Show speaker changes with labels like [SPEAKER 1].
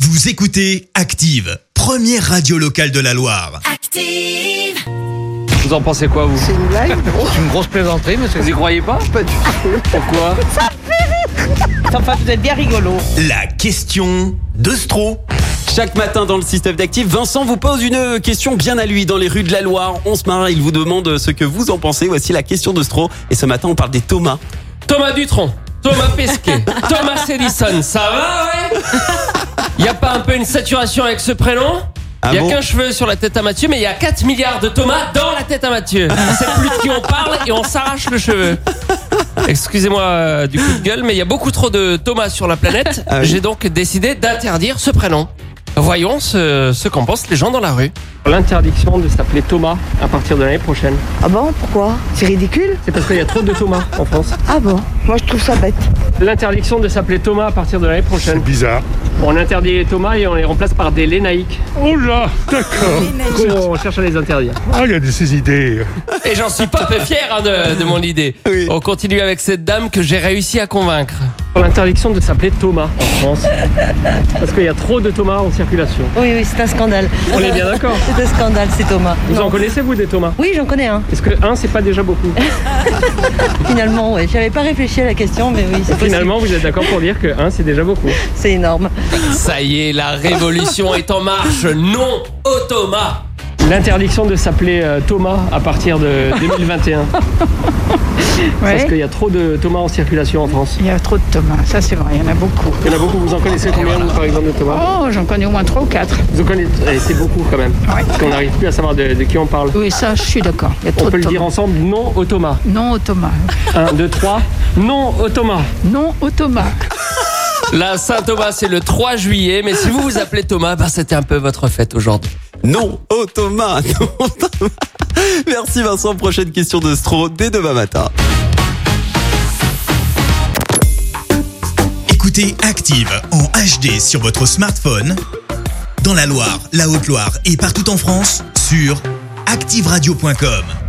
[SPEAKER 1] Vous écoutez Active, première radio locale de la Loire.
[SPEAKER 2] Active.
[SPEAKER 3] Vous en pensez quoi, vous
[SPEAKER 4] C'est une blague
[SPEAKER 3] C'est une grosse plaisanterie, monsieur. Vous y croyez pas
[SPEAKER 4] Pas du tout.
[SPEAKER 3] Pourquoi
[SPEAKER 4] Enfin, vous êtes bien rigolo.
[SPEAKER 1] La question de Stro.
[SPEAKER 5] Chaque matin dans le système d'actifs, Vincent vous pose une question bien à lui dans les rues de la Loire. On se marre, il vous demande ce que vous en pensez. Voici la question de Stro. Et ce matin, on parle des Thomas.
[SPEAKER 3] Thomas Dutronc, Thomas Pesquet, Thomas Edison, ça va, ouais Y a pas un peu une saturation avec ce prénom
[SPEAKER 5] Ah
[SPEAKER 3] Il y a
[SPEAKER 5] bon
[SPEAKER 3] qu'un cheveu sur la tête à Mathieu, mais il y a 4 milliards de Thomas dans la tête à Mathieu. On sait plus de qui on parle et on s'arrache le cheveu. Excusez-moi euh, du coup de gueule, mais il y a beaucoup trop de Thomas sur la planète.
[SPEAKER 5] Ah oui.
[SPEAKER 3] J'ai donc décidé d'interdire ce prénom. Voyons ce, ce qu'en pensent les gens dans la rue.
[SPEAKER 6] l'interdiction de s'appeler Thomas à partir de l'année prochaine.
[SPEAKER 4] Ah bon Pourquoi C'est ridicule
[SPEAKER 6] C'est parce qu'il y a trop de Thomas en France.
[SPEAKER 4] Ah bon Moi, je trouve ça bête.
[SPEAKER 6] L'interdiction de s'appeler Thomas à partir de l'année prochaine.
[SPEAKER 7] bizarre.
[SPEAKER 6] On interdit les Thomas et on les remplace par des Lénaïques.
[SPEAKER 7] Oh là, d'accord.
[SPEAKER 6] On cherche à les interdire.
[SPEAKER 7] Ah, il y a de ces idées.
[SPEAKER 3] Et j'en suis pas peu fier hein, de, de mon idée.
[SPEAKER 5] Oui.
[SPEAKER 3] On continue avec cette dame que j'ai réussi à convaincre.
[SPEAKER 6] L'interdiction de s'appeler Thomas en France. Parce qu'il y a trop de Thomas en circulation.
[SPEAKER 8] Oui, oui, c'est un scandale.
[SPEAKER 6] On est bien d'accord.
[SPEAKER 8] C'est un scandale, c'est Thomas.
[SPEAKER 6] Vous en connaissez vous des Thomas
[SPEAKER 8] Oui, j'en connais un.
[SPEAKER 6] Est-ce que un c'est pas déjà beaucoup
[SPEAKER 8] Finalement, ouais. J'avais pas réfléchi à la question, mais oui, c'est possible.
[SPEAKER 6] Finalement vous êtes d'accord pour dire que un c'est déjà beaucoup.
[SPEAKER 8] C'est énorme.
[SPEAKER 3] Ça y est, la révolution est en marche. Non au Thomas.
[SPEAKER 6] L'interdiction de s'appeler euh, Thomas à partir de 2021. Parce qu'il y a trop de Thomas en circulation en France.
[SPEAKER 9] Il y a trop de Thomas, ça c'est vrai, il y en a beaucoup.
[SPEAKER 6] Il y en a beaucoup, vous en
[SPEAKER 9] Ah,
[SPEAKER 6] connaissez combien vous par exemple de Thomas
[SPEAKER 9] Oh, j'en connais au moins trois ou quatre.
[SPEAKER 6] Vous en connaissez eh, C'est beaucoup quand même. Parce qu'on n'arrive plus à savoir de, de qui on parle.
[SPEAKER 9] Oui, ça, je suis d'accord. Il y a trop
[SPEAKER 6] On peut
[SPEAKER 9] de
[SPEAKER 6] le dire
[SPEAKER 9] Thomas.
[SPEAKER 6] ensemble, non au Thomas.
[SPEAKER 9] Non au Thomas.
[SPEAKER 6] 1, 2, 3, non au Thomas.
[SPEAKER 9] Non au Thomas.
[SPEAKER 3] La Saint-Thomas, c'est le 3 juillet. Mais si vous vous appelez Thomas, bah, c'était un peu votre fête aujourd'hui.
[SPEAKER 5] Non, oh Thomas, non oh, Thomas. Merci Vincent, prochaine question de Stro dès demain matin.
[SPEAKER 1] Écoutez Active en HD sur votre smartphone, dans la Loire, la Haute-Loire et partout en France, sur activeradio.com.